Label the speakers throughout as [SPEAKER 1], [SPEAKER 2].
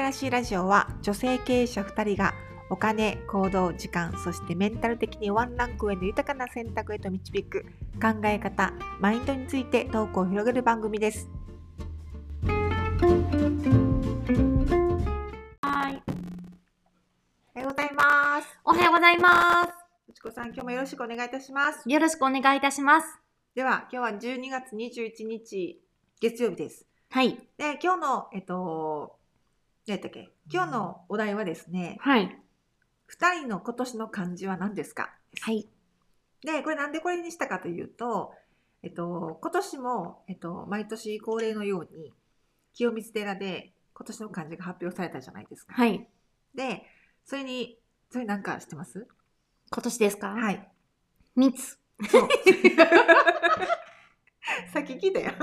[SPEAKER 1] らしいラジオは女性経営者2人がお金、行動、時間、そしてメンタル的にワンランク上の豊かな選択へと導く考え方、マインドについてトークを広げる番組です。
[SPEAKER 2] はい。
[SPEAKER 1] おはようございます。
[SPEAKER 2] おはようございま
[SPEAKER 1] とちこさん、今日もよろしくお願いいたします。
[SPEAKER 2] す。よろしくお願いいたします。
[SPEAKER 1] では、今日は12月21日月曜日です。
[SPEAKER 2] はい。
[SPEAKER 1] で、今日の、えっと、何やったっけ今日のお題はですね、
[SPEAKER 2] はい。
[SPEAKER 1] 2人の今年の漢字は何ですか
[SPEAKER 2] はい。
[SPEAKER 1] で、これなんでこれにしたかというと、えっと、今年も、えっと、毎年恒例のように、清水寺で今年の漢字が発表されたじゃないですか。
[SPEAKER 2] はい。
[SPEAKER 1] で、それに、それなんか知ってます
[SPEAKER 2] 今年ですか。
[SPEAKER 1] はい い。
[SPEAKER 2] 密。
[SPEAKER 1] そう。さっき聞いたよ。さ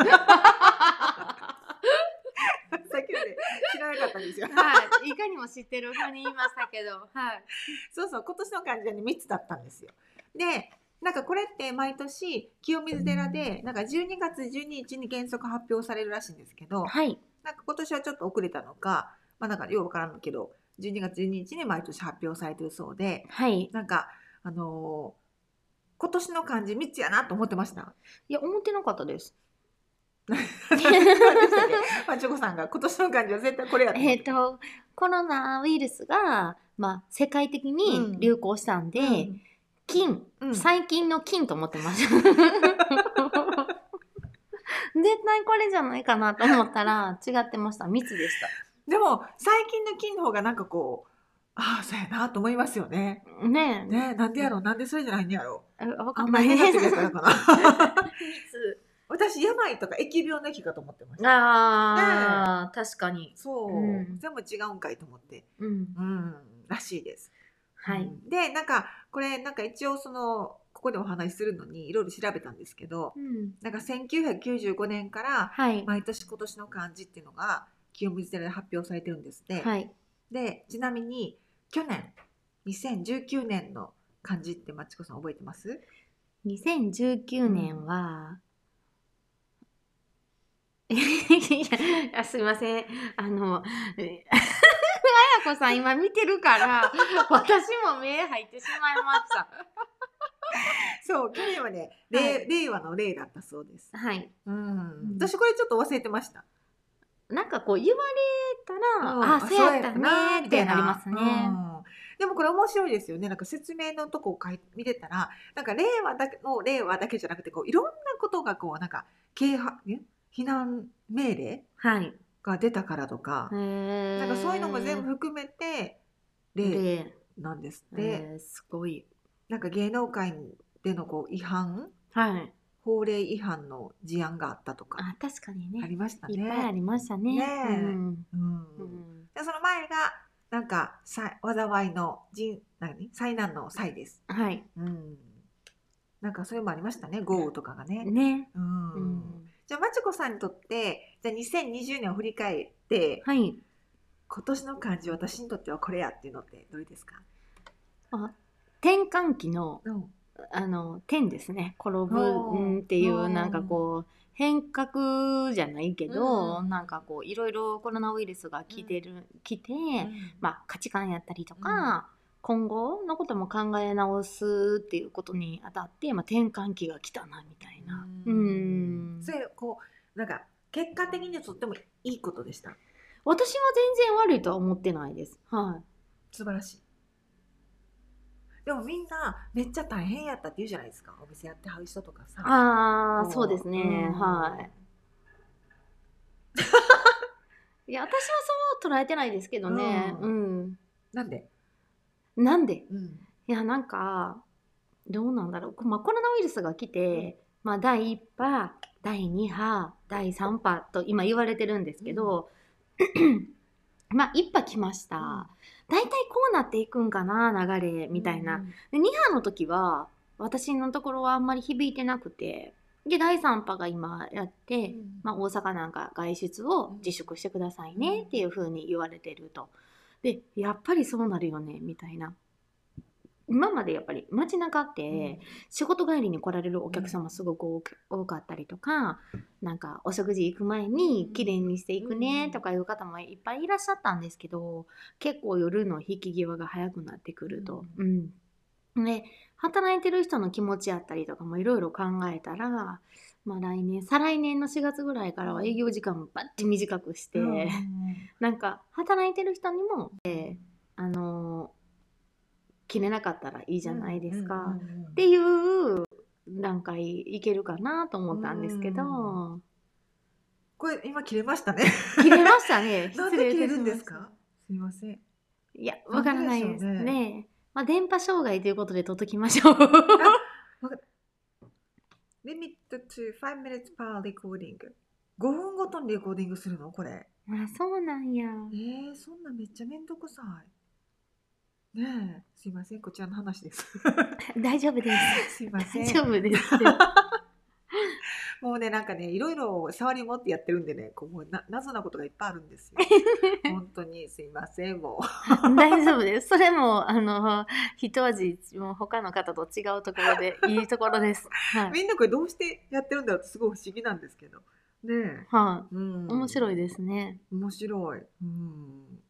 [SPEAKER 1] っきまで知らなかったんですよ。
[SPEAKER 2] はい。いかにも知ってる風に言いましたけど。はい。
[SPEAKER 1] そうそう、今年の漢字はね、3つだったんですよ。で、なんかこれって毎年、清水寺で、なんか12月12日に原則発表されるらしいんですけど、
[SPEAKER 2] はい。
[SPEAKER 1] なんか今年はちょっと遅れたのか、まあなんかようわからんけど、12月12日に毎年発表されてるそうで、
[SPEAKER 2] はい。
[SPEAKER 1] なんか、あのー今年の漢字3つやなと思ってま した。
[SPEAKER 2] いや、思ってなかったです。
[SPEAKER 1] まあ、チョコさんが今年の漢字は絶対これやと思
[SPEAKER 2] え
[SPEAKER 1] っ。
[SPEAKER 2] ってと、コロナウイルスが、まあ、世界的に流行したんで、金、
[SPEAKER 1] うん
[SPEAKER 2] 最近の金と思って ました。絶対これじゃないかなと思ったら、違ってました。密でした。
[SPEAKER 1] でも、最近の金の方がなんかこう、ああ、そうやなと思いますよね。
[SPEAKER 2] ねえ。
[SPEAKER 1] ねえ、なんでやろうなんでそれじゃないんやろ
[SPEAKER 2] えわ
[SPEAKER 1] うあ
[SPEAKER 2] か
[SPEAKER 1] ん
[SPEAKER 2] ん
[SPEAKER 1] ま
[SPEAKER 2] な
[SPEAKER 1] り
[SPEAKER 2] い
[SPEAKER 1] 変な
[SPEAKER 2] ね。
[SPEAKER 1] 時やからかな。
[SPEAKER 2] 密
[SPEAKER 1] 私、病とか疫病の疫かと思ってました。
[SPEAKER 2] ああ、確かに。
[SPEAKER 1] そう、
[SPEAKER 2] うん
[SPEAKER 1] 全部違うんかいと思って。
[SPEAKER 2] うん。
[SPEAKER 1] うん、らしいです。
[SPEAKER 2] は
[SPEAKER 1] う
[SPEAKER 2] い。
[SPEAKER 1] んで、なんか、これ、なんか一応その、ここでお話しするのにいろいろ調べたんですけど、
[SPEAKER 2] うん。
[SPEAKER 1] なんか1995年から
[SPEAKER 2] はい。
[SPEAKER 1] 毎年今年の漢字っていうのが清水寺で発表されてるんですって。
[SPEAKER 2] はい。
[SPEAKER 1] で、ちなみに去年、2019年の漢字ってまちこさん覚えてます
[SPEAKER 2] 2019年は、 いやあすいません。あの、え あやこさん今見てる から、私も目入ってしまいました。
[SPEAKER 1] そう、去年はね、
[SPEAKER 2] はい
[SPEAKER 1] 令令和の令だったそうです。
[SPEAKER 2] はい。
[SPEAKER 1] うん
[SPEAKER 2] ん
[SPEAKER 1] 私これちょっと忘れてました。
[SPEAKER 2] なんかこう言われたら、あ、そうやったねーってなりますね。。
[SPEAKER 1] うんでもこれ面白いですよね。なんか説明のとこを書い見てたら、なんか令和だけの令和だけじゃなくて、こういろんなことがこうなんか警報え避難命令
[SPEAKER 2] はい。へ
[SPEAKER 1] が出たからとか、
[SPEAKER 2] え。
[SPEAKER 1] なんかそういうのも全部含めて令
[SPEAKER 2] で、
[SPEAKER 1] なんですって。
[SPEAKER 2] えーすごい。
[SPEAKER 1] なんか芸能界でのこう違反、
[SPEAKER 2] はい。
[SPEAKER 1] 法令違反の事案があったとか
[SPEAKER 2] あ、確かに
[SPEAKER 1] あ
[SPEAKER 2] ね。
[SPEAKER 1] りましたね。
[SPEAKER 2] いっぱいありましたね。
[SPEAKER 1] ねえ
[SPEAKER 2] うん
[SPEAKER 1] う。
[SPEAKER 2] うんん
[SPEAKER 1] でその前がなんかさ災いの人何災難の災です。
[SPEAKER 2] はい。
[SPEAKER 1] うん。なんかそういうのもありましたね豪雨とかがね。
[SPEAKER 2] ね。
[SPEAKER 1] うん。
[SPEAKER 2] うん
[SPEAKER 1] じゃあまちこさんにとってじゃあ2020年を振り返って
[SPEAKER 2] はい。
[SPEAKER 1] 今年の漢字私にとってはこれやっていうのってどれですか？
[SPEAKER 2] あ、転換期の、
[SPEAKER 1] うん。
[SPEAKER 2] あの、転ですね。転ぶ
[SPEAKER 1] おー
[SPEAKER 2] うんってい
[SPEAKER 1] おー
[SPEAKER 2] う、なんかこう、変革じゃないけど、
[SPEAKER 1] うん
[SPEAKER 2] なんかこう、いろいろコロナウイルスが来てる、来て、まあ、価値観やったりとか、今後のことも考え直すっていうことにあたって、まあ、転換期が来たなみたいな。
[SPEAKER 1] う
[SPEAKER 2] うんん
[SPEAKER 1] それこうなんか結果的にとってもいいことでした。
[SPEAKER 2] 私は全然悪いとは思ってないです。はい。
[SPEAKER 1] 素晴らしい。でもみんなめっちゃ大変やったって言うじゃないですかお店やってはる人とかさ。
[SPEAKER 2] あ
[SPEAKER 1] こ
[SPEAKER 2] あ、そうですね。
[SPEAKER 1] ん
[SPEAKER 2] はい。いや、私はそう捉えてないですけどね。
[SPEAKER 1] う
[SPEAKER 2] うん。
[SPEAKER 1] なんで、
[SPEAKER 2] なんで
[SPEAKER 1] うん
[SPEAKER 2] いや、なんか、どうなんだろう。まあ、コロナウイルスが来て、まあ、第1波、第2波、第3波と今言われてるんですけど、 まあ、1波来ました。大体こうなっていくんかな、流れ、みたいな。で2波の時は私のところはあんまり響いてなくてで第3波が今やって、
[SPEAKER 1] うん。うん
[SPEAKER 2] まあ、大阪なんか外出を自粛してくださいねっていう風に言われてるとでやっぱりそうなるよねみたいな今までやっぱり街中って、
[SPEAKER 1] うん
[SPEAKER 2] 仕事帰りに来られるお客様すごく多く多かったりとかなんかお食事行く前に綺麗にしていくねとかいう方もいっぱいいらっしゃったんですけど結構夜の引き際が早くなってくると。うんで働いてる人の気持ちやったりとかもいろいろ考えたら、まあ、来年再来年の4月ぐらいからは営業時間もバッて短くして、 なんか働いてる人にも、えーあのー切れなかったらいいじゃないですか、
[SPEAKER 1] うん
[SPEAKER 2] っ
[SPEAKER 1] うんうんうん
[SPEAKER 2] ていう段階いけるかなと思ったんですけど、
[SPEAKER 1] これ今切れましたね。
[SPEAKER 2] 切れましたね
[SPEAKER 1] なん
[SPEAKER 2] 失
[SPEAKER 1] で
[SPEAKER 2] 礼い
[SPEAKER 1] 切
[SPEAKER 2] た
[SPEAKER 1] れ
[SPEAKER 2] しま
[SPEAKER 1] るんです
[SPEAKER 2] した
[SPEAKER 1] か。すみません。
[SPEAKER 2] いやわからないです
[SPEAKER 1] なんででしょうね
[SPEAKER 2] ねまあ、電波障害ということで取っときましょ う
[SPEAKER 1] Limit to five minutes per recording。五分ごとにレコーディングするのこれ。
[SPEAKER 2] あそうなんや
[SPEAKER 1] えー、そんなめっちゃめんどくさい。ねえ、すいません、こちらの話 です。
[SPEAKER 2] 大丈夫です
[SPEAKER 1] すいませ
[SPEAKER 2] 大
[SPEAKER 1] ん。
[SPEAKER 2] 丈夫です
[SPEAKER 1] もうね、なんかね、いろいろ触り持ってやってるんでね、こうもうな謎なことがいっぱいあるん ですよ。本当にすいません、もう。
[SPEAKER 2] 大丈夫です。それも、あの、一味、もう他の方と違うところで、いいとこ ろです。はい。
[SPEAKER 1] みんなこれどうしてやってるんだろうってすごい不思議なんですけど。ねえ。
[SPEAKER 2] は
[SPEAKER 1] うん
[SPEAKER 2] い。面白いですね。
[SPEAKER 1] 面白い。うん。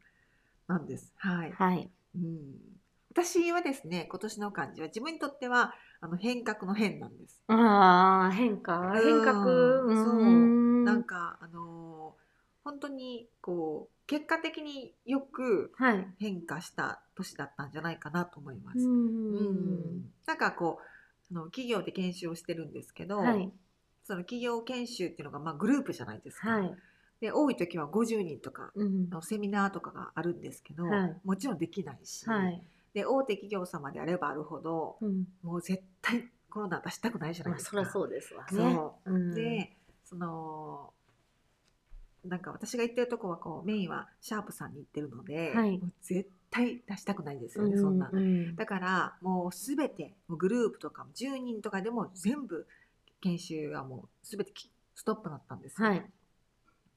[SPEAKER 1] なんです。はい。
[SPEAKER 2] はい。
[SPEAKER 1] うん。私はですね、今年の漢字は自分にとってはあの変革の変なんです。
[SPEAKER 2] ああ、変化。
[SPEAKER 1] うん
[SPEAKER 2] 変革。
[SPEAKER 1] そう
[SPEAKER 2] うん
[SPEAKER 1] なんかあのー本当にこう結果的によく
[SPEAKER 2] はい。
[SPEAKER 1] 変化した年だったんじゃないかなと思います。
[SPEAKER 2] うん
[SPEAKER 1] うんなんかこうあの企業で研修をしてるんですけど、
[SPEAKER 2] はい。
[SPEAKER 1] その企業研修っていうのがまあグループじゃないですか。
[SPEAKER 2] はい。
[SPEAKER 1] で多い時は50人とか
[SPEAKER 2] うん。
[SPEAKER 1] のセミナーとかがあるんですけど、
[SPEAKER 2] はい
[SPEAKER 1] もちろんできないし、
[SPEAKER 2] はい。
[SPEAKER 1] で大手企業様であればあるほど
[SPEAKER 2] うん。
[SPEAKER 1] もう絶対コロナ出したくないじゃない
[SPEAKER 2] まあ、
[SPEAKER 1] です
[SPEAKER 2] そ
[SPEAKER 1] か。
[SPEAKER 2] りゃそうですわね。
[SPEAKER 1] そう
[SPEAKER 2] うん。
[SPEAKER 1] でそのなんか私が行ってるとこはこうメインはシャープさんに行ってるので、
[SPEAKER 2] はい
[SPEAKER 1] もう絶対出したくないです
[SPEAKER 2] う
[SPEAKER 1] よね、
[SPEAKER 2] ん、
[SPEAKER 1] そんな
[SPEAKER 2] う。ん。
[SPEAKER 1] だからもうすべてもうグループとかも10人とかでも全部研修はもうすべてきストップだったんですよ、
[SPEAKER 2] はい。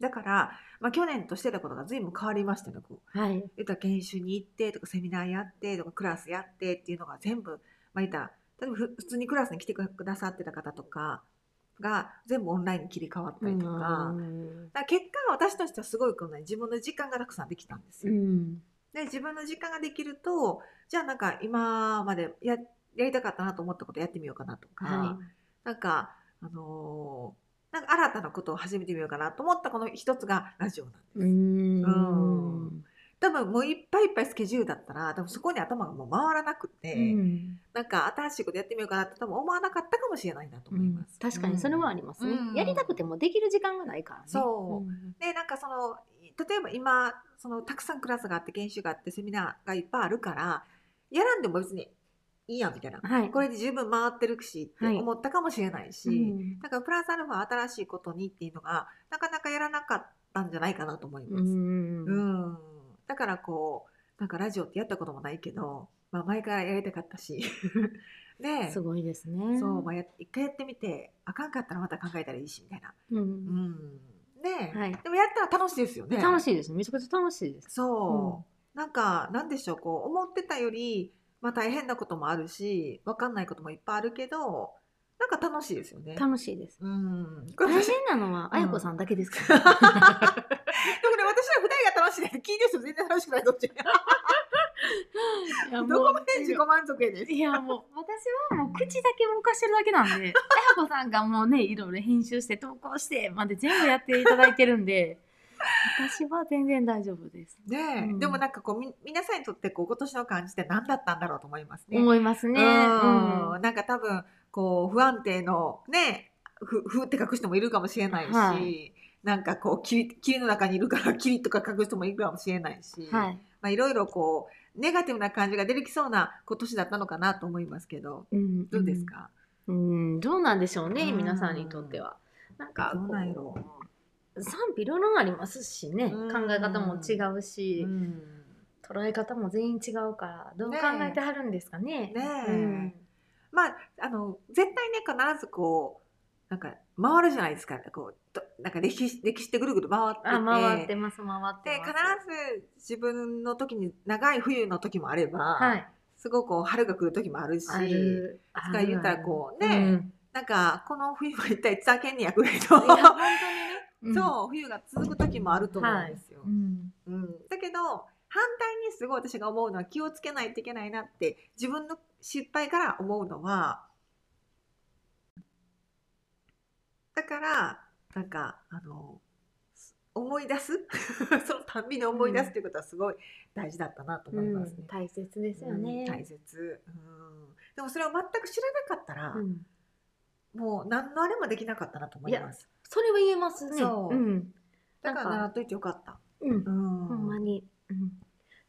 [SPEAKER 1] だから、まあ、去年としてたことが随分変わりましたねこう
[SPEAKER 2] はい。
[SPEAKER 1] 言ったら研修に行ってとかセミナーやってとかクラスやってっていうのが全部、まあ、言ったら例えばふ普通にクラスに来てくださってた方とかが全部オンラインに切り替わったりとか,、だ
[SPEAKER 2] うん
[SPEAKER 1] から結果私としてはすごいこの、ね、自分の時間がたくさんできたんですよ。
[SPEAKER 2] うん。
[SPEAKER 1] で自分の時間ができるとじゃあなんか今までややりたかったなと思ったことやってみようかなとか、
[SPEAKER 2] は
[SPEAKER 1] なんかあのーなんか新たなことを始めてみようかなと思ったこの一つがラジオなんです。
[SPEAKER 2] い。うん。
[SPEAKER 1] うん多分もういっぱいいっぱいスケジュールだったら多分そこに頭がもう回らなくて、
[SPEAKER 2] うん。
[SPEAKER 1] なんか新しいことやってみようかなって多分思わなかったかもしれないなと思います。
[SPEAKER 2] うん確かにそれはありますね、
[SPEAKER 1] うん
[SPEAKER 2] やりたくてもできる時間がないからね
[SPEAKER 1] そ
[SPEAKER 2] ん
[SPEAKER 1] でなんかその例えば今そのたくさんクラスがあって研修があってセミナーがいっぱいあるからやらんでも別にいいやみたいな、
[SPEAKER 2] はい
[SPEAKER 1] これで十分回ってるしって思ったかもしれないし、
[SPEAKER 2] うん
[SPEAKER 1] だからプラスアルファ新しいことにっていうのがなかなかやらなかったんじゃないかなと思います。
[SPEAKER 2] うん
[SPEAKER 1] うん、だからこうなんかラジオってやったこともないけど、まあ、前からやりたかったし です
[SPEAKER 2] ごいですね
[SPEAKER 1] そう、まあ、や一回やってみてあかんかったらまた考えたらいいしみたいな、
[SPEAKER 2] う
[SPEAKER 1] うんん、ねえ、
[SPEAKER 2] はい
[SPEAKER 1] でもやったら楽しいですよね
[SPEAKER 2] 楽
[SPEAKER 1] い
[SPEAKER 2] しいですめちゃくちゃ楽しいです
[SPEAKER 1] そう、なんかなんでしょうこう思ってたより、まあ、大変なこともあるし分かんないこともいっぱいあるけどなんか楽しいですよね。
[SPEAKER 2] 楽しいです
[SPEAKER 1] うん、これ
[SPEAKER 2] 大
[SPEAKER 1] 私
[SPEAKER 2] 変
[SPEAKER 1] で
[SPEAKER 2] なのは
[SPEAKER 1] うん
[SPEAKER 2] あやこさんだけですから、
[SPEAKER 1] もね私ら二人が楽しいです聞いてる人全然楽しくないど っち
[SPEAKER 2] いやもう
[SPEAKER 1] どこまで自己満足やねん
[SPEAKER 2] いやもう私はもう口だけ動かしてるだけなん であやこさんがもうねいろいろ編集して投稿してまで全部やっていただいてるんで私は全然大丈夫です、
[SPEAKER 1] ねえ、
[SPEAKER 2] うん
[SPEAKER 1] でもなんかこうみ皆さんにとってこう今年の感じって何だったんだろうと思いますね。
[SPEAKER 2] 思いますね、
[SPEAKER 1] うん
[SPEAKER 2] うん
[SPEAKER 1] なんか多分こう不安定のねふふって書く人もいるかもしれないし、
[SPEAKER 2] はい
[SPEAKER 1] なんかこう霧霧の中にいるから霧とか書く人もいるかもしれないし、
[SPEAKER 2] はいい
[SPEAKER 1] まあ、いろいろこうネガティブな感じが出てきそうな今年だったのかなと思いますけど
[SPEAKER 2] うん
[SPEAKER 1] どうですか、
[SPEAKER 2] うん、どうなんでしょうね、
[SPEAKER 1] うん
[SPEAKER 2] 皆さんにとっては。なんか
[SPEAKER 1] どうなんやろ
[SPEAKER 2] こう賛否両論ありますしね、
[SPEAKER 1] うん
[SPEAKER 2] 考え方も違うし、
[SPEAKER 1] うん
[SPEAKER 2] 捉え方も全員違うからどう考えてはるんですかね。
[SPEAKER 1] ねえ
[SPEAKER 2] うん
[SPEAKER 1] まああの絶対ね必ずこうなんか回るじゃないですかこうとなんか歴史歴史ってぐるぐる回ってて
[SPEAKER 2] あ回ってます回って
[SPEAKER 1] で
[SPEAKER 2] ます。
[SPEAKER 1] 必ず自分の時に長い冬の時もあれば、
[SPEAKER 2] はい、
[SPEAKER 1] すごくこう春が来る時もあるし、
[SPEAKER 2] ある。
[SPEAKER 1] だから言ったらこうね、
[SPEAKER 2] うん
[SPEAKER 1] なんかこの冬は一体いつ明けんねやぐらいの、
[SPEAKER 2] いや本当にね。
[SPEAKER 1] そう冬が続く時もあると思うんですよ。
[SPEAKER 2] うん。
[SPEAKER 1] うん、だけど反対にすごい私が思うのは気をつけないといけないなって自分の失敗から思うのはだからなんかあの思い出す そのたんびに思い出すっていうことはすごい大事だったなと
[SPEAKER 2] う
[SPEAKER 1] 思いますね
[SPEAKER 2] ん。。大切ですよ
[SPEAKER 1] う
[SPEAKER 2] ね
[SPEAKER 1] ん。大切、うん、でもそれを全く知らなかったら、
[SPEAKER 2] うん
[SPEAKER 1] もう何のあれもできなかったなと思います
[SPEAKER 2] それは言えますね。。
[SPEAKER 1] そうんだから
[SPEAKER 2] なんか
[SPEAKER 1] 習っといてよかった、
[SPEAKER 2] うん
[SPEAKER 1] う。ん、
[SPEAKER 2] ほんまに。うん。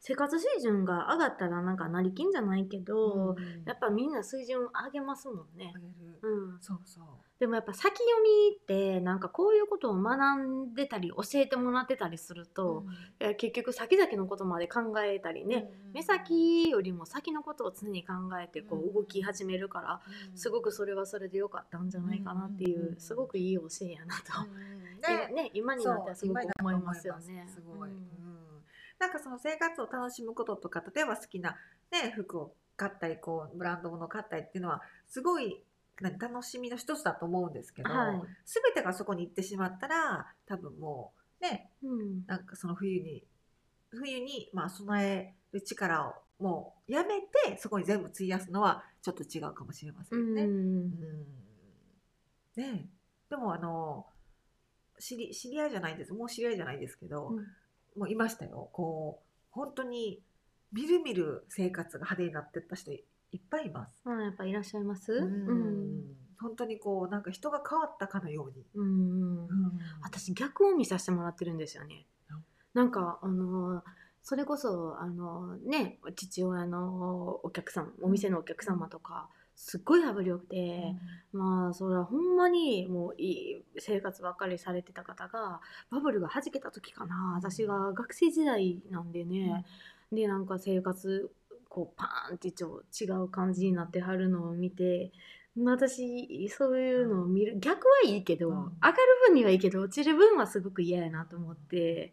[SPEAKER 2] 生活水準が上がったらなんか成り金じゃないけど、
[SPEAKER 1] うん
[SPEAKER 2] やっぱみんな水準上げますもんね
[SPEAKER 1] あ。げる
[SPEAKER 2] うん。
[SPEAKER 1] そうそう
[SPEAKER 2] でもやっぱ先読みってなんかこういうことを学んでたり教えてもらってたりすると、いや結局先々のことまで考えたりね、目先よりも先のことを常に考えてこ
[SPEAKER 1] うん
[SPEAKER 2] う動き始めるからすごくそれはそれで良かったんじゃないかなってい
[SPEAKER 1] うんうん
[SPEAKER 2] う
[SPEAKER 1] うん
[SPEAKER 2] すごくいい教えやな
[SPEAKER 1] う
[SPEAKER 2] と、
[SPEAKER 1] ん
[SPEAKER 2] え
[SPEAKER 1] ね
[SPEAKER 2] ね、 今になってはすごく思いますよね。
[SPEAKER 1] すごい、
[SPEAKER 2] う
[SPEAKER 1] うん
[SPEAKER 2] ん
[SPEAKER 1] なんかその生活を楽しむこととか例えば好きな、ね、服を買ったりこうブランド物を買ったりっていうのはすごい何楽しみの一つだと思うんですけど、
[SPEAKER 2] はい
[SPEAKER 1] 全てがそこに行ってしまったら多分もうね
[SPEAKER 2] うん
[SPEAKER 1] なんかその冬に冬にまあ備える力をもうやめてそこに全部費やすのはちょっと違うかもしれませんね。
[SPEAKER 2] うん
[SPEAKER 1] うんねえでもあの知り知り合いじゃないんですもう知り合いじゃないですけど、
[SPEAKER 2] うん
[SPEAKER 1] もういましたよこう本当にみるみる生活が派手になってった人いっぱいいます。
[SPEAKER 2] まあやっぱいらっしゃいます。う
[SPEAKER 1] うん
[SPEAKER 2] ん
[SPEAKER 1] 本当にこうなんか人が変わったかのように。
[SPEAKER 2] うん私逆を見させてもらってるんですよね
[SPEAKER 1] うん。
[SPEAKER 2] なんかあのーそれこそあのーね父親のお客さんお店のお客様とかすっごい幅広くて、まあそれはほんまにもういい生活ばっかりされてた方がバブルが弾けた時かな私が学生時代なんでね、でなんか生活こうパーンって一応違う感じになってはるのを見て私そういうのを見る逆はいいけど、
[SPEAKER 1] うん
[SPEAKER 2] 上がる分にはいいけど落ちる分はすごく嫌やなと思って。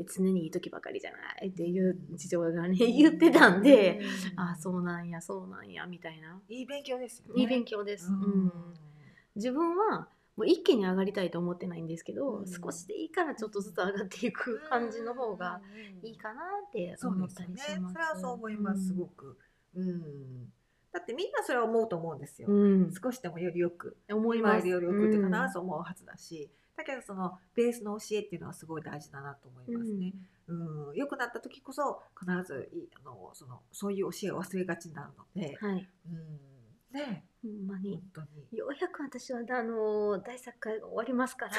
[SPEAKER 2] え常にいい時ばかりじゃないっていう父親がね言ってたんで、
[SPEAKER 1] うん
[SPEAKER 2] ああそうなんやそうなんやみたいない
[SPEAKER 1] い勉強ですよね。
[SPEAKER 2] いい勉強です。
[SPEAKER 1] うん
[SPEAKER 2] うん自分はもう一気に上がりたいと思ってないんですけど、
[SPEAKER 1] うん
[SPEAKER 2] 少しでいいからちょっとずつ上がっていく感じの方がいいかなって
[SPEAKER 1] そう
[SPEAKER 2] 思
[SPEAKER 1] で
[SPEAKER 2] っ
[SPEAKER 1] す
[SPEAKER 2] た
[SPEAKER 1] よ
[SPEAKER 2] り
[SPEAKER 1] ね。
[SPEAKER 2] します。
[SPEAKER 1] それはそう思います、すごく。うん。だってみんなそれは思うと思うんですよ。
[SPEAKER 2] うん、
[SPEAKER 1] 少しでもよりよく、
[SPEAKER 2] 思い
[SPEAKER 1] 今
[SPEAKER 2] ま
[SPEAKER 1] よ
[SPEAKER 2] す。
[SPEAKER 1] りよりよくっていうか
[SPEAKER 2] う
[SPEAKER 1] なんと思うはずだし、だけどそのベースの教えっていうのはすごい大事だなと思いますね。うん。良くなった時こそ必ずいいあのそのそういう教えを忘れがちになるので、
[SPEAKER 2] はい、
[SPEAKER 1] うん。ねえ、
[SPEAKER 2] ほんま
[SPEAKER 1] 本
[SPEAKER 2] に。
[SPEAKER 1] 当に。
[SPEAKER 2] ようやく私はあの大作会が終わりま すから。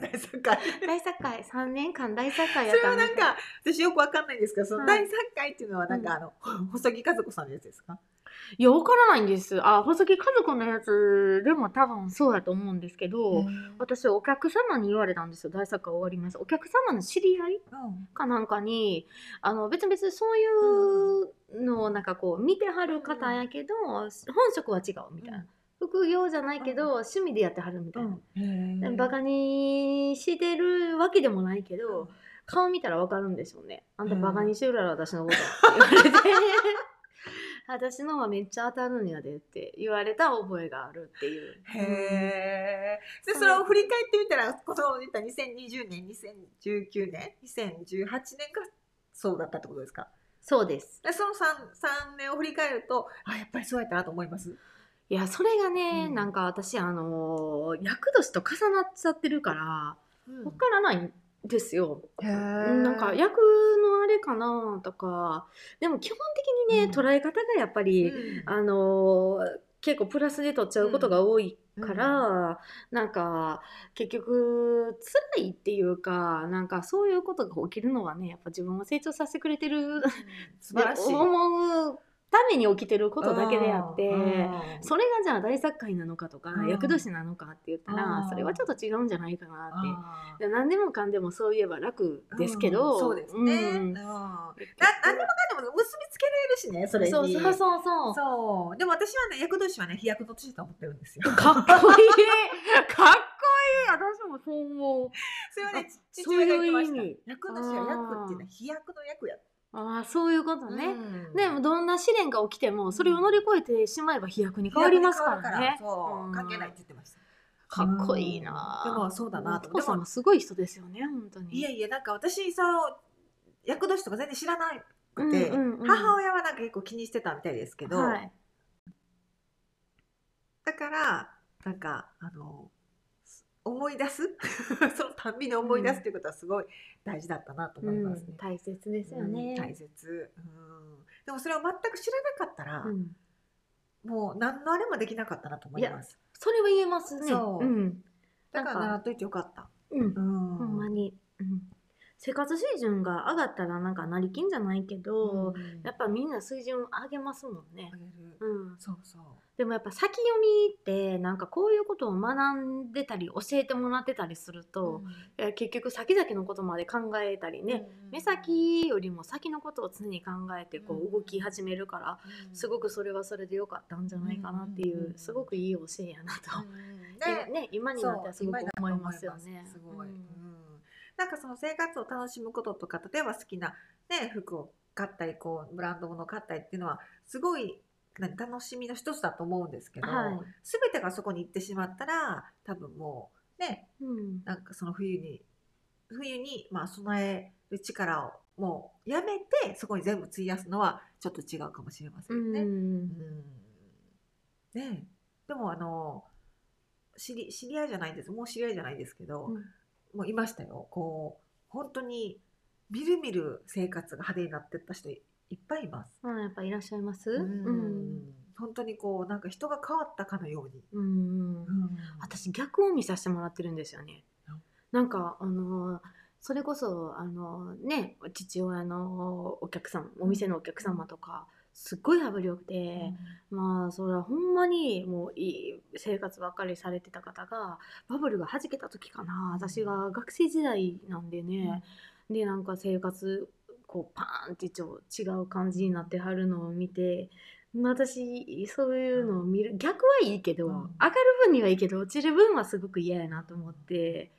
[SPEAKER 1] 大作会。
[SPEAKER 2] 大作会3年間大作会
[SPEAKER 1] そ
[SPEAKER 2] やっ
[SPEAKER 1] れ
[SPEAKER 2] た
[SPEAKER 1] はなんか私よくわかんないんですけど、その
[SPEAKER 2] はい
[SPEAKER 1] 大作会っていうのはなんかあの、 細木和子さんのやつですか？
[SPEAKER 2] いやわからないんですあ細木和子のやつでも多分そうやと思うんですけど、
[SPEAKER 1] うん
[SPEAKER 2] 私お客様に言われたんですよ大作会終わりますお客様の知り合いかなんかにあの別々そういうのをなんかこう見てはる方やけど、本職は違うみたいな、副業じゃないけど、
[SPEAKER 1] うん
[SPEAKER 2] 趣味でやってはるみたいな、
[SPEAKER 1] う
[SPEAKER 2] バカにしてるわけでもないけど、
[SPEAKER 1] うん
[SPEAKER 2] 顔見たらわかるんでしょうねあんた
[SPEAKER 1] うん
[SPEAKER 2] バカにしてるやろ私のことって言わ れて私のはめっちゃ当たるんやでって言われた覚えがあるっていう。
[SPEAKER 1] へえ。で、
[SPEAKER 2] そう
[SPEAKER 1] それを振り返ってみたら、この言った2020年、2019年、2018年がそうだったってことですか。
[SPEAKER 2] そうです
[SPEAKER 1] で、その 3, 3年を振り返ると、あ、やっぱりそうやったなと思います。
[SPEAKER 2] いやそれがね、
[SPEAKER 1] うん
[SPEAKER 2] なんか私あのー厄年と重なっちゃってるから
[SPEAKER 1] うん
[SPEAKER 2] わからないんですよ。
[SPEAKER 1] へえ。
[SPEAKER 2] なんか役のあれかなとかでも基本的にね、
[SPEAKER 1] うん
[SPEAKER 2] 捉え方がやっぱ
[SPEAKER 1] う
[SPEAKER 2] り、
[SPEAKER 1] ん
[SPEAKER 2] あのー結構プラスで取っちゃうことが多いから、なんか結局辛いっていうかなんかそういうことが起きるのはねやっぱ自分を成長させてくれてる
[SPEAKER 1] 素晴らしい。
[SPEAKER 2] 思うために起きてることだけであって。
[SPEAKER 1] うん
[SPEAKER 2] それがじゃあ大作界なのかとか
[SPEAKER 1] うん
[SPEAKER 2] 厄年なのかって言った
[SPEAKER 1] う
[SPEAKER 2] ら
[SPEAKER 1] ん
[SPEAKER 2] それはちょっと違うんじゃないかなって
[SPEAKER 1] あ
[SPEAKER 2] で何でもかんでもそういえば楽
[SPEAKER 1] ー
[SPEAKER 2] ですけど、
[SPEAKER 1] うんそうですね。
[SPEAKER 2] う
[SPEAKER 1] うん
[SPEAKER 2] ん
[SPEAKER 1] な何でもかんでも結びつけられるしね、それに。
[SPEAKER 2] そうそうそうそう
[SPEAKER 1] そうでも私はね、役年はね、飛躍の年だと思ってるんですよ。
[SPEAKER 2] か っこいいかっこいい私もそう思う
[SPEAKER 1] それはね、
[SPEAKER 2] あ
[SPEAKER 1] 父親が言ってまし
[SPEAKER 2] そう
[SPEAKER 1] た
[SPEAKER 2] いう意味。
[SPEAKER 1] 役の死は役っていうのは飛躍の役やっ
[SPEAKER 2] ああそういうことね、
[SPEAKER 1] うん
[SPEAKER 2] でもどんな試練が起きてもそれを乗り越えてしまえば飛躍に変わりますからね
[SPEAKER 1] そううん関係ないって言ってました。
[SPEAKER 2] かっこいいな
[SPEAKER 1] うんでもそうだなと思
[SPEAKER 2] お父
[SPEAKER 1] って。
[SPEAKER 2] さ
[SPEAKER 1] で
[SPEAKER 2] ん
[SPEAKER 1] も
[SPEAKER 2] もすごい人ですよね本当に
[SPEAKER 1] いやいやなんか私その役年とか全然知らな
[SPEAKER 2] うん
[SPEAKER 1] くて、
[SPEAKER 2] うんうん
[SPEAKER 1] 母親はなんか結構気にしてたみたいですけど、
[SPEAKER 2] はい
[SPEAKER 1] だからなんかあの思い出す そのたんびに思い出すっていうことはすごい大事だったなと思いますね
[SPEAKER 2] うん。大切ですよ
[SPEAKER 1] う
[SPEAKER 2] ね
[SPEAKER 1] ん、大切、うん、でもそれを全く知らなかったら、
[SPEAKER 2] うん
[SPEAKER 1] もう何のあれもできなかったなと思います
[SPEAKER 2] それは言えますね
[SPEAKER 1] そう
[SPEAKER 2] うん、
[SPEAKER 1] だから
[SPEAKER 2] なんか
[SPEAKER 1] 習っといてよかった
[SPEAKER 2] うん
[SPEAKER 1] うん
[SPEAKER 2] ほんまに、うん、生活水準が上がったらなんかなりきんじゃないけ
[SPEAKER 1] う
[SPEAKER 2] ど、
[SPEAKER 1] ん
[SPEAKER 2] やっぱみんな水準上げますもんね
[SPEAKER 1] あ、げる
[SPEAKER 2] うん、
[SPEAKER 1] そうそう
[SPEAKER 2] でもやっぱ先読みってなんかこういうことを学んでたり教えてもらってたりすると、いや結局先々のことまで考えたり
[SPEAKER 1] うん
[SPEAKER 2] ね、目先よりも先のことを常に考えてこ
[SPEAKER 1] う
[SPEAKER 2] うん動き始めるから、すごくそれはそれで良かったんじゃないかなってい
[SPEAKER 1] う
[SPEAKER 2] う、
[SPEAKER 1] ん
[SPEAKER 2] すごくいい教えやなと、
[SPEAKER 1] うん
[SPEAKER 2] え
[SPEAKER 1] ね
[SPEAKER 2] ね今に
[SPEAKER 1] そ
[SPEAKER 2] な
[SPEAKER 1] う
[SPEAKER 2] ってはすごく思いますよね。
[SPEAKER 1] すごい、
[SPEAKER 2] う
[SPEAKER 1] うん
[SPEAKER 2] ん
[SPEAKER 1] なんかその生活を楽しむこととか例えば好きな、ね、服を買ったりこうブランド物を買ったりっていうのはすごい何楽しみの一つだと思うんですけど、
[SPEAKER 2] はい
[SPEAKER 1] 全てがそこに行ってしまったら多分もうね
[SPEAKER 2] うん
[SPEAKER 1] なんかその冬に冬にまあ備える力をもうやめてそこに全部費やすのはちょっと違うかもしれませ
[SPEAKER 2] うん
[SPEAKER 1] ね。
[SPEAKER 2] ん
[SPEAKER 1] うんねえでもあの知り知り合いじゃないんですもう知り合いじゃないですけど、
[SPEAKER 2] うん
[SPEAKER 1] もういましたよこう本当にみるみる生活が派手になってった人いいっぱいいます。
[SPEAKER 2] まあやっぱいらっしゃいます。う
[SPEAKER 1] うん
[SPEAKER 2] ん
[SPEAKER 1] 本当にこうなんか人が変わったかのように。
[SPEAKER 2] うん
[SPEAKER 1] うん
[SPEAKER 2] 私逆を見させてもらってるんですよね
[SPEAKER 1] うん。
[SPEAKER 2] なんかあのそれこそあのね父親のお客さんお店のお客様とかすっごい羽振りよく
[SPEAKER 1] う
[SPEAKER 2] て
[SPEAKER 1] ん、
[SPEAKER 2] まあそれはほんまにもういい生活ばっかりされてた方がバブルがはじけた時かな私が学生時代なんでね、でなんか生活こうパーンってちょ違う感じになってはるのを見て私そういうのを見る逆はいいけど、
[SPEAKER 1] うん
[SPEAKER 2] 上がる分にはいいけど落ちる分はすごく嫌やなと思って。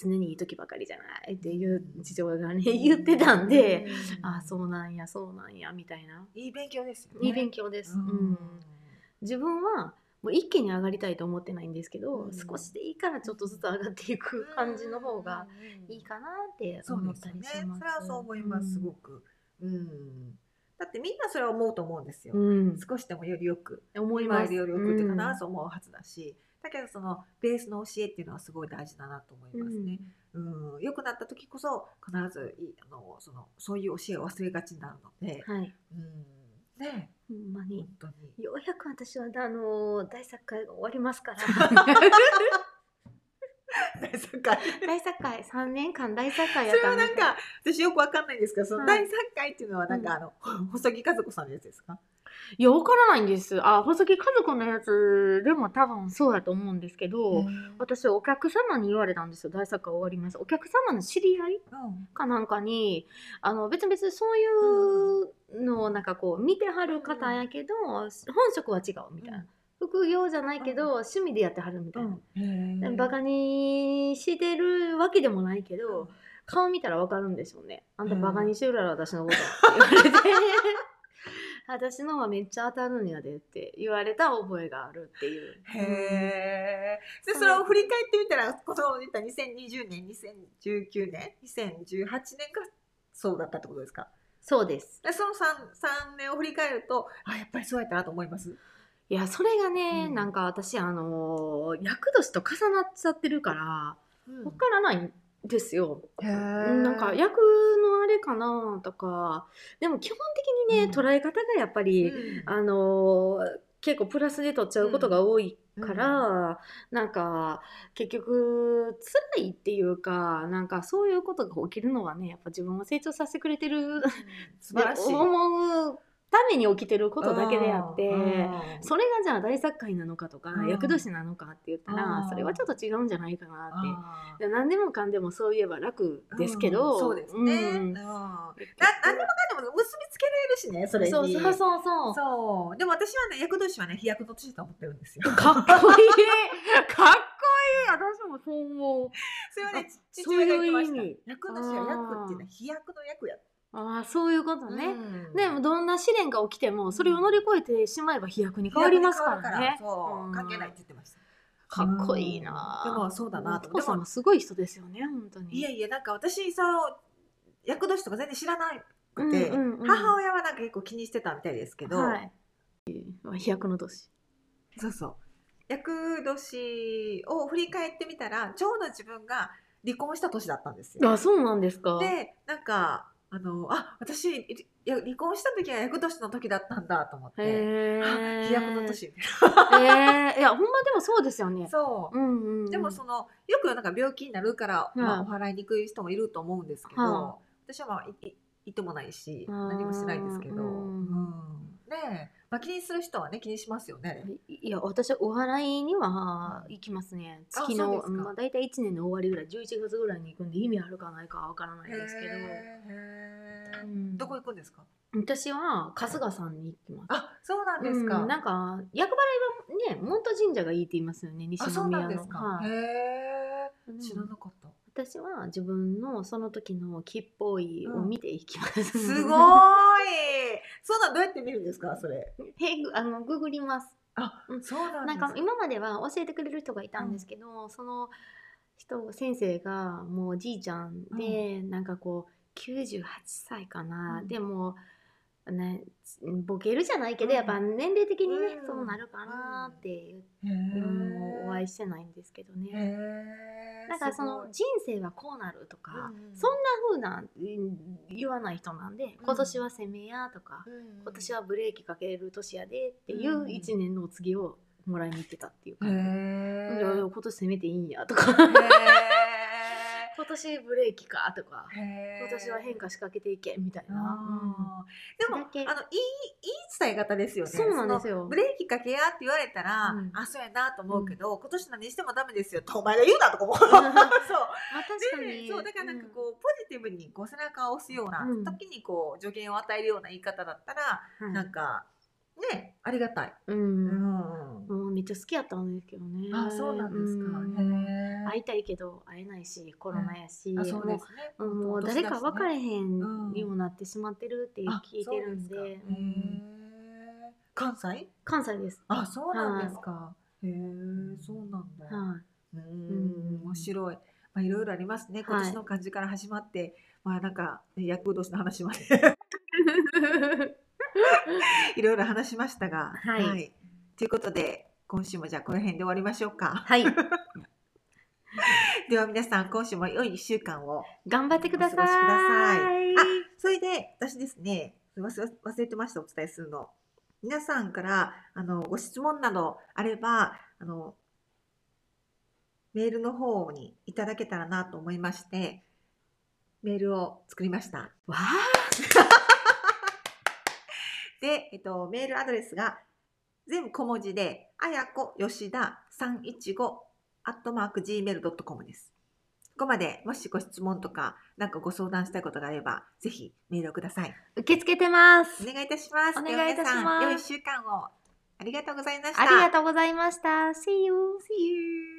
[SPEAKER 2] 常にいい時ばかりじゃないっていう父親がね言ってたんで、、
[SPEAKER 1] うん
[SPEAKER 2] ああそうなんやそうなんやみたいない
[SPEAKER 1] い勉強ですよ、ね。
[SPEAKER 2] いい勉強です。
[SPEAKER 1] うん
[SPEAKER 2] うん自分はもう一気に上がりたいと思ってないんですけど、
[SPEAKER 1] うん
[SPEAKER 2] 少しでいいからちょっとずつ上がっていく感じの方がいいかなって
[SPEAKER 1] そう
[SPEAKER 2] 思
[SPEAKER 1] で
[SPEAKER 2] っ
[SPEAKER 1] す
[SPEAKER 2] た
[SPEAKER 1] よ
[SPEAKER 2] り
[SPEAKER 1] ね。
[SPEAKER 2] します。
[SPEAKER 1] それはそう思います、すごく。うん。だってみんなそれは思うと思うんですよ。
[SPEAKER 2] うん、
[SPEAKER 1] 少しでもよりよく、
[SPEAKER 2] 思いま
[SPEAKER 1] 前
[SPEAKER 2] す。
[SPEAKER 1] でよりよくっていうか
[SPEAKER 2] う
[SPEAKER 1] なんと思うはずだし、だけどそのベースの教えっていうのはすごい大事だなと思いますね。うん。良くなった時こそ必ずいいあのそのそういう教えを忘れがちになるので、
[SPEAKER 2] うんはい、
[SPEAKER 1] うん。ねえ
[SPEAKER 2] ほんまに
[SPEAKER 1] 本。当に。
[SPEAKER 2] ようやく私はあのー大作会が終わります から
[SPEAKER 1] 大作会。
[SPEAKER 2] 大作会3年間大作会や
[SPEAKER 1] そ
[SPEAKER 2] っ
[SPEAKER 1] れ
[SPEAKER 2] た
[SPEAKER 1] はなんか私よくわかんないんですけど、その
[SPEAKER 2] は
[SPEAKER 1] 第
[SPEAKER 2] い
[SPEAKER 1] 3回っていうのはなんかあの、細木和子さんのやつですか？
[SPEAKER 2] いやわからないんですあ細木和子のやつでも多分そうやと思うんですけ
[SPEAKER 1] う
[SPEAKER 2] ど、
[SPEAKER 1] ん
[SPEAKER 2] 私お客様に言われたんですよ大作会終わりますお客様の知り合いかなんかにあの別々そういうのをなんかこう見てはる方やけど、本職は違うみたいな、
[SPEAKER 1] うん
[SPEAKER 2] 副業じゃないけど、趣味でやってはるみたいな、
[SPEAKER 1] うん。へえ
[SPEAKER 2] バカにしてるわけでもないけど、
[SPEAKER 1] うん
[SPEAKER 2] 顔見たらわかるんでしょうねあんた
[SPEAKER 1] うん
[SPEAKER 2] バカにしてるやろ私のことって言 われて私のはめっちゃ当たるんやでって言われた覚えがあるっていう。
[SPEAKER 1] へえ。で、
[SPEAKER 2] そう
[SPEAKER 1] それを振り返ってみたら、この言った2020年、2019年、2018年がそうだったってことですか。
[SPEAKER 2] そうです
[SPEAKER 1] で、その三三年を振り返ると、あ、やっぱりそうやったなと思います。
[SPEAKER 2] いやそれがね、
[SPEAKER 1] うん
[SPEAKER 2] なんか私あのー厄年と重なっちゃってるから
[SPEAKER 1] うん
[SPEAKER 2] わからないんですよ。
[SPEAKER 1] へえ。
[SPEAKER 2] なんか役のあれかなとかでも基本的にね、
[SPEAKER 1] うん
[SPEAKER 2] 捉え方がやっぱり、あのー結構プラスで取っちゃうことが多いから、なんか結局辛いっていうかなんかそういうことが起きるのはねやっぱ自分を成長させてくれてるっ
[SPEAKER 1] 素晴ら
[SPEAKER 2] て
[SPEAKER 1] しい。
[SPEAKER 2] 思うために起きてることだけであって。
[SPEAKER 1] うん
[SPEAKER 2] それがじゃあ大作家なのかとか
[SPEAKER 1] うん
[SPEAKER 2] 厄年なのかって言った
[SPEAKER 1] う
[SPEAKER 2] ら
[SPEAKER 1] ん
[SPEAKER 2] それはちょっと違うんじゃないかなって
[SPEAKER 1] あ
[SPEAKER 2] で何でもかんでもそういえば楽
[SPEAKER 1] ー
[SPEAKER 2] ですけど、
[SPEAKER 1] うんそうですね。
[SPEAKER 2] う
[SPEAKER 1] うん
[SPEAKER 2] ん
[SPEAKER 1] な何でもかんでも結びつけられるしね、それに。
[SPEAKER 2] そうそうそうそう
[SPEAKER 1] そうでも私はね、役年はね、飛躍の年だと思ってるんですよ。
[SPEAKER 2] かっこいいかっこいい私もそう思う
[SPEAKER 1] それはね
[SPEAKER 2] あ、
[SPEAKER 1] 父親が言ってまし
[SPEAKER 2] そう
[SPEAKER 1] た
[SPEAKER 2] いう意味。
[SPEAKER 1] 役の死は役っていうのは飛躍の役やっ
[SPEAKER 2] ああそういうことね、
[SPEAKER 1] うん
[SPEAKER 2] でもどんな試練が起きてもそれを乗り越えてしまえば飛躍に変わりますからね
[SPEAKER 1] そうう、
[SPEAKER 2] ん
[SPEAKER 1] 関係ないって言ってました。
[SPEAKER 2] かっこいいな、
[SPEAKER 1] うんでもそうだなと
[SPEAKER 2] お父さんもすごい人ですよね本当に
[SPEAKER 1] いやいや、なんか私さ、役年とか全然知らな
[SPEAKER 2] うん
[SPEAKER 1] くて、
[SPEAKER 2] うんうん
[SPEAKER 1] 母親はなんか結構気にしてたみたいですけど、
[SPEAKER 2] はい、飛躍の年
[SPEAKER 1] そうそう。役年を振り返ってみたら、ちょうど自分が離婚した年だったんですよ。
[SPEAKER 2] あそうなんですか
[SPEAKER 1] で、なんか、あの、あ、私、いや離婚した時は役年の時だったんだと思っ
[SPEAKER 2] へ
[SPEAKER 1] て、
[SPEAKER 2] え
[SPEAKER 1] あ飛躍の年みたい
[SPEAKER 2] えー、いやほんまでもそうですよね
[SPEAKER 1] な。 そう。
[SPEAKER 2] うんうんうん
[SPEAKER 1] でもそのよくなんか病気になるから、
[SPEAKER 2] うん
[SPEAKER 1] まあ、お払いにくい人もいると思うんですけど、
[SPEAKER 2] は
[SPEAKER 1] 私はまあいいいともないし
[SPEAKER 2] うん
[SPEAKER 1] 何もしないですけど、
[SPEAKER 2] う
[SPEAKER 1] うんんねえまあ、気にする人はね気にしますよね。
[SPEAKER 2] いや私はお祓いには行きますね
[SPEAKER 1] あ
[SPEAKER 2] 月
[SPEAKER 1] そう
[SPEAKER 2] の
[SPEAKER 1] ですか
[SPEAKER 2] まあ、大体1年の終わりぐらい11月ぐらいに行くんで意味あるかないかはわからないですけ
[SPEAKER 1] へ
[SPEAKER 2] ど、う
[SPEAKER 1] え
[SPEAKER 2] ん
[SPEAKER 1] どこ行くんですか
[SPEAKER 2] 私は春日さんに行きます
[SPEAKER 1] あそうなんですか。
[SPEAKER 2] うんなんか厄払いはね門徒神社がいいって言いますよね西
[SPEAKER 1] あそうな
[SPEAKER 2] 宮
[SPEAKER 1] んです
[SPEAKER 2] の
[SPEAKER 1] か。
[SPEAKER 2] はい
[SPEAKER 1] へえ
[SPEAKER 2] でも
[SPEAKER 1] 知らなかった。
[SPEAKER 2] 私は自分のその時の木っぽいを見ていきます、
[SPEAKER 1] すごーいそうなんどうやって見るんですかそれ。
[SPEAKER 2] へいぐあのググります
[SPEAKER 1] あ
[SPEAKER 2] うん
[SPEAKER 1] そうなんで
[SPEAKER 2] なん
[SPEAKER 1] す
[SPEAKER 2] か今までは教えてくれる人がいたんですけど、その人先生がもうじいちゃんで、なんかこう98歳かな、
[SPEAKER 1] うん
[SPEAKER 2] でもねボケるじゃないけど、
[SPEAKER 1] うん
[SPEAKER 2] やっぱ年齢的にね、
[SPEAKER 1] うん
[SPEAKER 2] そうなるかなっていう、今もうお
[SPEAKER 1] へ
[SPEAKER 2] 会いしてないんですけど
[SPEAKER 1] え。
[SPEAKER 2] ね、
[SPEAKER 1] へえ
[SPEAKER 2] なんかそ
[SPEAKER 1] す
[SPEAKER 2] の人生はこうなるとか、
[SPEAKER 1] ごいうんうん
[SPEAKER 2] そんな風なうん言わない人なんで、今年は攻めやとか、今年
[SPEAKER 1] は
[SPEAKER 2] はブレーキかける年やでっていううん1年のお告げをもらいに行ってたっていう
[SPEAKER 1] へ
[SPEAKER 2] か、いやいや
[SPEAKER 1] ー
[SPEAKER 2] 今年攻めていいんや とか今年ブレーキかとか今
[SPEAKER 1] 今
[SPEAKER 2] 年は変
[SPEAKER 1] 化
[SPEAKER 2] 化仕掛けていけみたいな、
[SPEAKER 1] な、でも
[SPEAKER 2] だけ
[SPEAKER 1] あのいいいい伝え方ですよね
[SPEAKER 2] そうなんです
[SPEAKER 1] よ
[SPEAKER 2] よ
[SPEAKER 1] ブレーキかけやって言われたら、
[SPEAKER 2] うん
[SPEAKER 1] あそうやなと思うけど、今年何してもダメですよとお前が言うなと か思うそう
[SPEAKER 2] まあ
[SPEAKER 1] で
[SPEAKER 2] 確かに
[SPEAKER 1] そうだからなんかこう、ポジティブにこう背中を押すような、
[SPEAKER 2] うん
[SPEAKER 1] 時にこう助言を与えるような言い方だったら、
[SPEAKER 2] うんはい
[SPEAKER 1] なんかねありがたい、
[SPEAKER 2] うん
[SPEAKER 1] うん
[SPEAKER 2] もうめっちゃ好きやったんですけどね
[SPEAKER 1] あそうなんですか、
[SPEAKER 2] うん
[SPEAKER 1] へー
[SPEAKER 2] 会いたいけど会えないしコロナやし、
[SPEAKER 1] あそう
[SPEAKER 2] も
[SPEAKER 1] で
[SPEAKER 2] う
[SPEAKER 1] すね
[SPEAKER 2] うんもう誰か分かれへんにもなってしまってるって
[SPEAKER 1] あ
[SPEAKER 2] 聞いてるんで、
[SPEAKER 1] そうすか
[SPEAKER 2] うん
[SPEAKER 1] へえ関西
[SPEAKER 2] 関西です。
[SPEAKER 1] あそうなんですかへえそうなんだ
[SPEAKER 2] は
[SPEAKER 1] う
[SPEAKER 2] うん
[SPEAKER 1] ん面白いまあいろいろありますね今年の漢字から始まってまあなんかね厄年の話まで
[SPEAKER 2] い、
[SPEAKER 1] いろいろ話しましたが
[SPEAKER 2] はい
[SPEAKER 1] ということで今週もじゃあこの辺で終わりましょうか
[SPEAKER 2] はい、
[SPEAKER 1] では皆さん今週も良い1週間を
[SPEAKER 2] 頑張ってください。
[SPEAKER 1] お過ごしくださいそれで私ですね忘れ忘れてましたお伝えするの皆さんからあのご質問などあればあのメールの方にいただけたらなと思いましてメールを作りました
[SPEAKER 2] わあ、
[SPEAKER 1] で、えっと、メールアドレスが全部小文字であやこ吉田315アットマーク gmail.com ですここまでもしご質問とかなんかご相談したいことがあればぜひメールをください
[SPEAKER 2] 受け付けてます。
[SPEAKER 1] お願いいたします。
[SPEAKER 2] お願いいたします
[SPEAKER 1] では皆さん良い一週間をありがとうございました。
[SPEAKER 2] ありがとうございました。See you.
[SPEAKER 1] See you.